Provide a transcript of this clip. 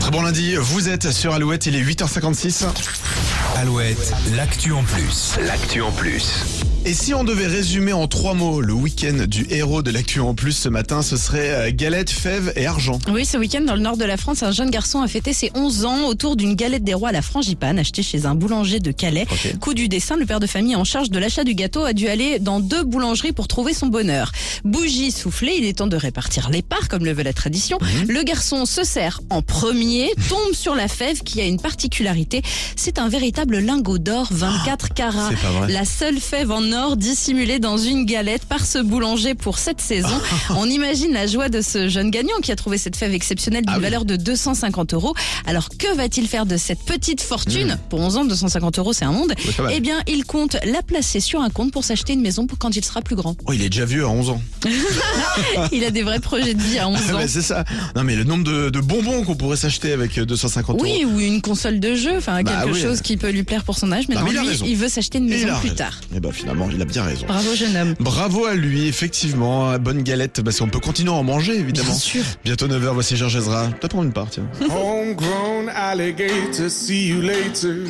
Très bon lundi, vous êtes sur Alouette, il est 8h56. Alouette, l'actu en plus. L'actu en plus. Et si on devait résumer en trois mots le week-end du héros de l'actu en plus ce matin, ce serait euh, galette, fève et argent. Oui, ce week-end, dans le nord de la France, un jeune garçon a fêté ses 11 ans autour d'une galette des rois à la frangipane, achetée chez un boulanger de Calais. Ok. Coup du dessin, le père de famille en charge de l'achat du gâteau a dû aller dans deux boulangeries pour trouver son bonheur. Bougie soufflée, il est temps de répartir les parts, comme le veut la tradition. Mhm. Le garçon se sert en premier, tombe sur la fève qui a une particularité, c'est un véritable lingot d'or 24 carats. c'est pas vrai. Ah, La seule fève en or dissimulée dans une galette par ce boulanger pour cette saison. On imagine la joie de ce jeune gagnant qui a trouvé cette fève exceptionnelle d'une Ah oui. valeur de 250 euros. Alors que va-t-il faire de cette petite fortune Pour 11 ans, 250 euros, c'est un monde. Mm. Ouais, pas mal. eh bien, il compte la placer sur un compte pour s'acheter une maison pour quand il sera plus grand. Oh, il est déjà vieux à 11 ans. Il a des vrais projets de vie à 11 Ah, ans. bah, c'est ça. Non mais le nombre de, de bonbons qu'on pourrait s'acheter avec euh, 250 Oui, euros. ou une console de jeu, enfin Bah quelque oui. chose qui peut lui plaire pour son âge. Mais Non, non, mais il a lui, raison. il veut s'acheter une Et il maison a plus raison. tard. Et bah finalement, il a bien raison. Bravo, jeune homme. Bravo à lui, effectivement. Bonne galette, parce qu'on peut continuer à en manger, évidemment. Bien sûr. Bientôt 9h, voici Georges Ezra. Peut-être prendre une part, tiens. Homegrown alligator, see you later.